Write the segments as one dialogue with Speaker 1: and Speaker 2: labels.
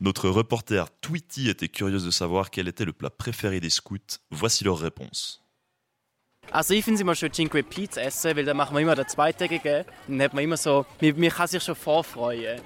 Speaker 1: Notre reporter Tweety était curieuse de savoir quel était le plat préféré des scouts. Voici leur réponse.
Speaker 2: Also ich finde es immer schön, Cinque Pizza essen, weil dann machen wir immer den zweitägigen. Dann hat man immer so, man, man kann sich schon vorfreuen.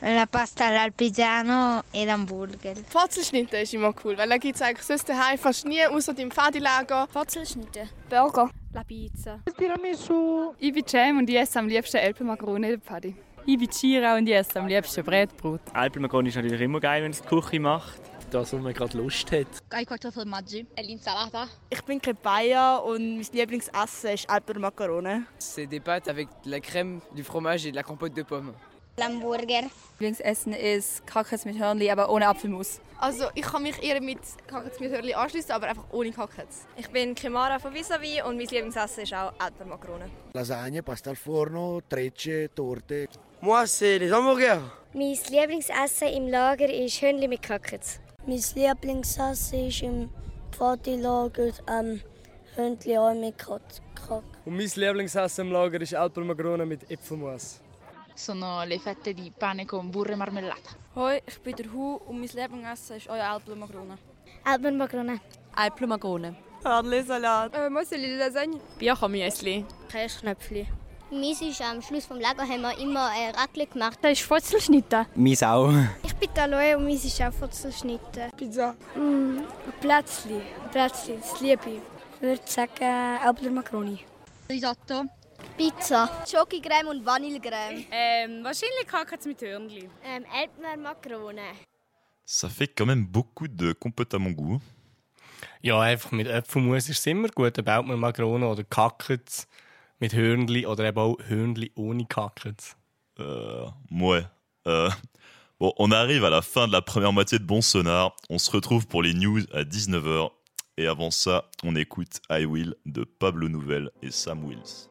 Speaker 3: La pasta all'alpigiano e l'hamburger.
Speaker 4: Pfotzelschnitte ist immer cool, weil da gibt es eigentlich sonst daheim fast nie, außer im Fadilager.
Speaker 5: Pfotzelschnitte.
Speaker 6: Burger.
Speaker 5: La pizza.
Speaker 7: Tiramisu.
Speaker 8: Ich bin Jam und ich esse am liebsten Elpenmakrone in der Party.
Speaker 9: Ich bin Chira und ich esse am liebsten Bretbrot.
Speaker 10: Alpenmakrone ist natürlich immer geil, wenn es die Küche macht.
Speaker 11: Das, was man gerade Lust hat.
Speaker 12: Ein Kartoffelmaggi. Eine Insalata.
Speaker 13: Ich bin Krepaia und mein Lieblingsessen ist Alpenmakrone.
Speaker 14: C'est des pâtes avec de la crème, du fromage et de la compote de pommes.
Speaker 15: Hamburger. Lieblingsessen ist Kackes mit Hörnli, aber ohne Apfelmus.
Speaker 4: Also ich kann mich eher mit Kackes mit Hörnli anschließen, aber einfach ohne Kackes.
Speaker 16: Ich bin Kimara von Visavi und mein Lieblingsessen ist auch Alpenmakrone.
Speaker 17: Lasagne, Pasta al Forno, Trecce, Torte.
Speaker 18: Moi, c'est les hamburgers.
Speaker 19: Mein Lieblingsessen im Lager ist Hörnli mit Kackes.
Speaker 20: Mein Lieblingsessen ist im Pfadilager ähm, Hörnli auch mit Kackes.
Speaker 6: Und mein Lieblingsessen im Lager ist Alpenmakrone mit Äpfelmus
Speaker 1: sono le fette di pane con burro e marmellata.
Speaker 21: Hoi, ich bin der Hu und mein Lieblingsessen ist euer Alpenmakrone.
Speaker 19: Alpenmakrone.
Speaker 22: Alpenmakrone.
Speaker 23: Radlersalat.
Speaker 24: Äh, moi, c'est les lasagnes.
Speaker 25: Biochamüsli.
Speaker 26: Käseknöpfli.
Speaker 27: Meins ist am Schluss vom Lager haben wir immer äh, Raclette gemacht.
Speaker 28: Das ist Fotzelschnitte.
Speaker 29: Meins auch.
Speaker 30: Ich bin Aloe und meins ist auch Fotzelschnitte.
Speaker 31: Pizza. Mm, Plätzli. Plätzli, das liebe ich.
Speaker 32: Ich würde sagen Alpenmakrone.
Speaker 33: Risotto.
Speaker 34: Pizza. Schokocreme und Vanillecreme.
Speaker 35: Ähm, wahrscheinlich Kakats mit Hörnli.
Speaker 36: Ähm, Elbner Makrone.
Speaker 1: Ça fait quand même beaucoup de compote à mon goût.
Speaker 10: Ja, einfach mit Äpfelmus ist es immer gut. Dann baut man Makrone oder Kakats mit Hörnli oder eben auch Hörnli ohne Kakats.
Speaker 1: Euh, ouais. Euh, bon, on arrive à la fin de la première moitié de Bon Sonar. On se retrouve pour les news à 19h. Et avant ça, on écoute I Will de Pablo Nouvelle et Sam Wills.